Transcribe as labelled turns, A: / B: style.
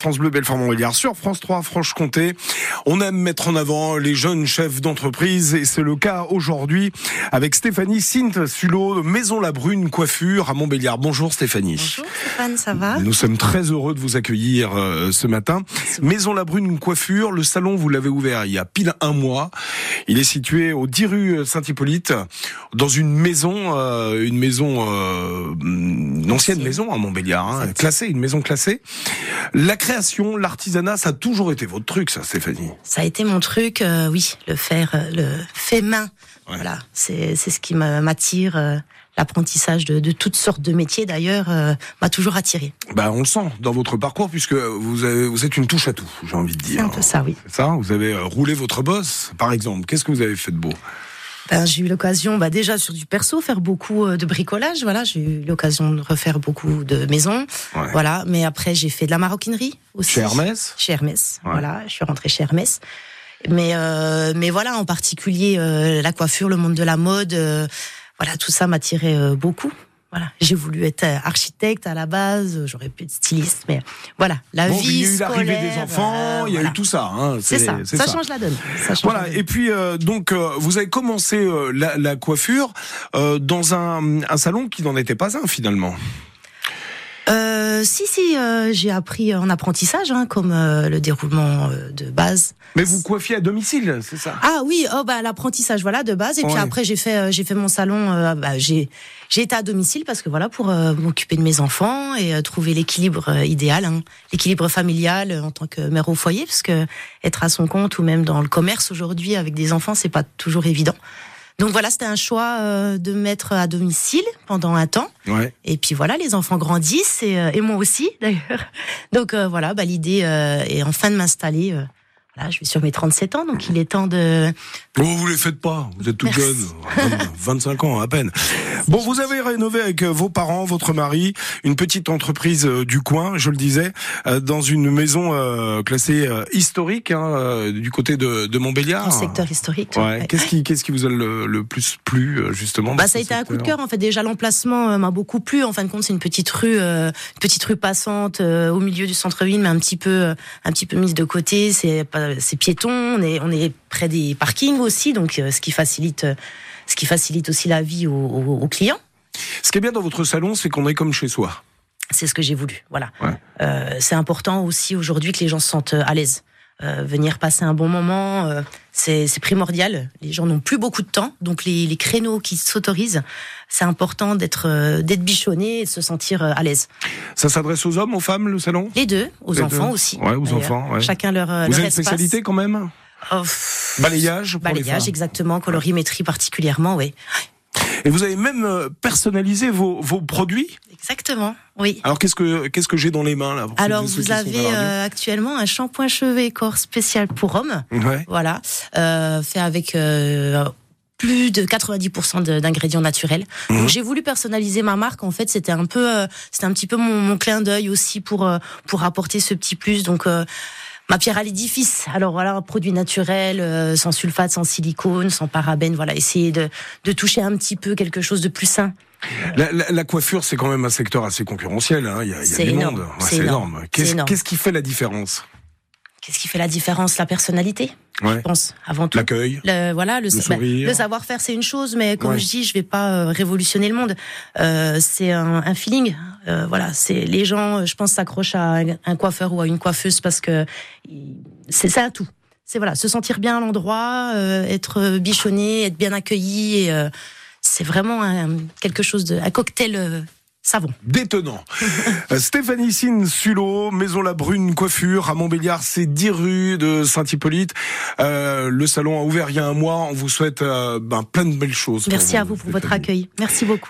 A: France Bleu Belfort Montbéliard sur France 3 Franche-Comté. On aime mettre en avant les jeunes chefs d'entreprise et c'est le cas aujourd'hui avec Stéphanie Sint Sulot, Maison La Brune Coiffure à Montbéliard. Bonjour Stéphanie.
B: Bonjour Stéphane, ça va
A: Nous sommes très heureux de vous accueillir euh, ce matin.
B: Merci.
A: Maison La Brune Coiffure, le salon vous l'avez ouvert il y a pile un mois. Il est situé au 10 rue Saint-Hippolyte dans une maison euh, une maison euh, une ancienne
B: Ancienne.
A: maison à Montbéliard hein, classée, une maison classée. La création, l'artisanat, ça a toujours été votre truc, ça, Stéphanie.
B: Ça a été mon truc, euh, oui, le faire, euh, le fait main. Voilà, c'est c'est ce qui m'a- m'attire. euh, L'apprentissage de, de toutes sortes de métiers, d'ailleurs, euh, m'a toujours attiré.
A: Bah, on le sent dans votre parcours puisque vous, avez- vous êtes une touche à tout, j'ai envie de
B: C'est
A: dire.
B: un peu ça, oui.
A: C'est ça, vous avez euh, roulé votre bosse, par exemple. Qu'est-ce que vous avez fait de beau
B: Ben, j'ai eu l'occasion, bah, déjà sur du perso, faire beaucoup euh, de bricolage. Voilà, j'ai eu l'occasion de refaire beaucoup de maisons.
A: Ouais.
B: Voilà, mais après j'ai fait de la maroquinerie aussi.
A: Chez Hermès
B: Chez Hermès.
A: Ouais.
B: Voilà, je suis rentrée chez Hermès. Mais euh, mais voilà, en particulier euh, la coiffure, le monde de la mode, euh, voilà, tout ça m'attirait euh, beaucoup. Voilà, j'ai voulu être euh, architecte à la base, j'aurais pu être styliste, mais voilà, la
A: Bon,
B: vie
A: il y a eu l'arrivée
B: scolaire,
A: des enfants,
B: euh,
A: il y a
B: voilà.
A: eu tout ça. hein,
B: C'est ça,
A: c'est
B: ça, change la donne. Ça change la
A: Voilà,
B: donne.
A: et puis euh, donc euh, vous avez commencé euh, la, la coiffure euh, dans un, un salon qui n'en était pas un finalement.
B: Euh, si si, euh, j'ai appris en apprentissage, hein, comme euh, le déroulement euh, de base.
A: Mais vous coiffiez à domicile, c'est ça
B: Ah oui, oh bah l'apprentissage voilà de base et puis
A: Ouais.
B: après j'ai fait euh, j'ai fait mon salon euh, bah, j'ai j'ai été à domicile parce que voilà pour euh, m'occuper de mes enfants et euh, trouver l'équilibre euh, idéal hein. l'équilibre familial euh, en tant que mère au foyer parce que être à son compte ou même dans le commerce aujourd'hui avec des enfants c'est pas toujours évident. Donc voilà, c'était un choix euh, de me mettre à domicile pendant un temps
A: Ouais.
B: et puis voilà, les enfants grandissent et, euh, et moi aussi d'ailleurs. Donc euh, voilà, bah, l'idée euh, est enfin de m'installer. euh, voilà, je suis sur mes 37 ans, donc il est temps de,
A: Bon, Oh, vous les faites pas, vous êtes toute
B: Merci.
A: jeune, 25 ans à peine. Bon, vous avez rénové avec euh, vos parents, votre mari, une petite entreprise euh, du coin, je le disais, euh, dans une maison euh, classée euh, historique hein, euh, du côté de, de Montbéliard.
B: dans le secteur historique.
A: Ah. Ouais. Bah,
B: Ouais.
A: Qu'est-ce qui, qu'est-ce qui vous a le, le plus plu euh, justement dans
B: Bah, ça a
A: ce
B: été un coup de
A: secteur
B: cœur en fait. Déjà l'emplacement euh, m'a beaucoup plu. En fin de compte, c'est une petite rue, euh, une petite rue passante euh, au milieu du centre-ville, mais un petit peu, euh, un petit peu mise de côté. C'est pas, c'est piéton. On est, on est près des parkings aussi, donc euh, ce qui facilite, euh, ce qui facilite aussi la vie aux, aux- aux clients.
A: Ce qui est bien dans votre salon, c'est qu'on est comme chez soi.
B: C'est ce que j'ai voulu. Voilà.
A: Ouais.
B: Euh, c'est important aussi aujourd'hui que les gens se sentent euh, à l'aise. Euh, venir passer un bon moment, euh, c'est c'est primordial. Les gens n'ont plus beaucoup de temps, donc les, les créneaux qui s'autorisent, c'est important d'être euh, d'être bichonné et de se sentir euh, à l'aise.
A: Ça s'adresse aux hommes, aux femmes, le salon
B: Les deux, aux
A: Les deux.
B: enfants aussi.
A: Ouais, aux
B: d'ailleurs.
A: enfants. ouais.
B: Chacun leur, euh,
A: vous avez
B: leur
A: une
B: espace.
A: spécialité quand même
B: Oh, pff,
A: Balayage pour les
B: Balayage,
A: femmes.
B: exactement. Colorimétrie particulièrement, oui.
A: Et vous avez même euh, personnalisé vos, vos produits
B: Exactement, oui.
A: Alors qu'est-ce que qu'est-ce que j'ai dans les mains là pour
B: Alors
A: ceux
B: vous
A: qui sont à la
B: avez
A: radio
B: euh, actuellement un shampoing chevet corps spécial pour hommes.
A: Ouais.
B: Voilà, euh, fait avec euh, plus de 90% de- d'ingrédients naturels. Donc,
A: Mhm.
B: J'ai voulu personnaliser ma marque. En fait, c'était un peu, euh, c'était un petit peu mon, mon clin d'œil aussi pour euh, pour apporter ce petit plus. Donc euh, Ma pierre à l'édifice. Alors voilà, un produit naturel, euh, sans sulfate, sans silicone, sans parabène. Voilà, essayer de, de toucher un petit peu quelque chose de plus sain.
A: La, la- la coiffure, c'est quand même un secteur assez concurrentiel. hein. Il y a, il y a
B: C'est
A: du
B: énorme.
A: monde. Ouais, c'est
B: C'est énorme.
A: énorme. Qu'est-ce,
B: C'est énorme.
A: qu'est-ce qui fait la différence
B: Qu'est-ce qui fait la différence La personnalité,
A: Ouais.
B: je pense, avant tout.
A: L'accueil.
B: Le, voilà, le,
A: Le
B: sa- bah,
A: sourire.
B: le savoir-faire, c'est une chose, mais comme
A: Ouais.
B: je dis, je vais pas euh, révolutionner le monde. Euh, c'est un, un feeling. Euh, voilà, c'est les gens, euh, je pense, s'accrochent à un, un coiffeur ou à une coiffeuse parce que il- c'est ça tout. C'est voilà, se sentir bien à l'endroit, euh, être bichonné, être bien accueilli. et, euh, c'est vraiment un, quelque chose de un cocktail euh, savon.
A: Détonnant. Euh, Stéphanie Sine Sulot, Maison La Brune Coiffure à Montbéliard, c'est 10 rues de Saint-Hippolyte. Euh, le salon a ouvert il y a un mois. On vous souhaite euh, ben, plein de belles choses. pour
B: Merci à vous pour votre
A: Stéphanie.
B: accueil. Merci beaucoup.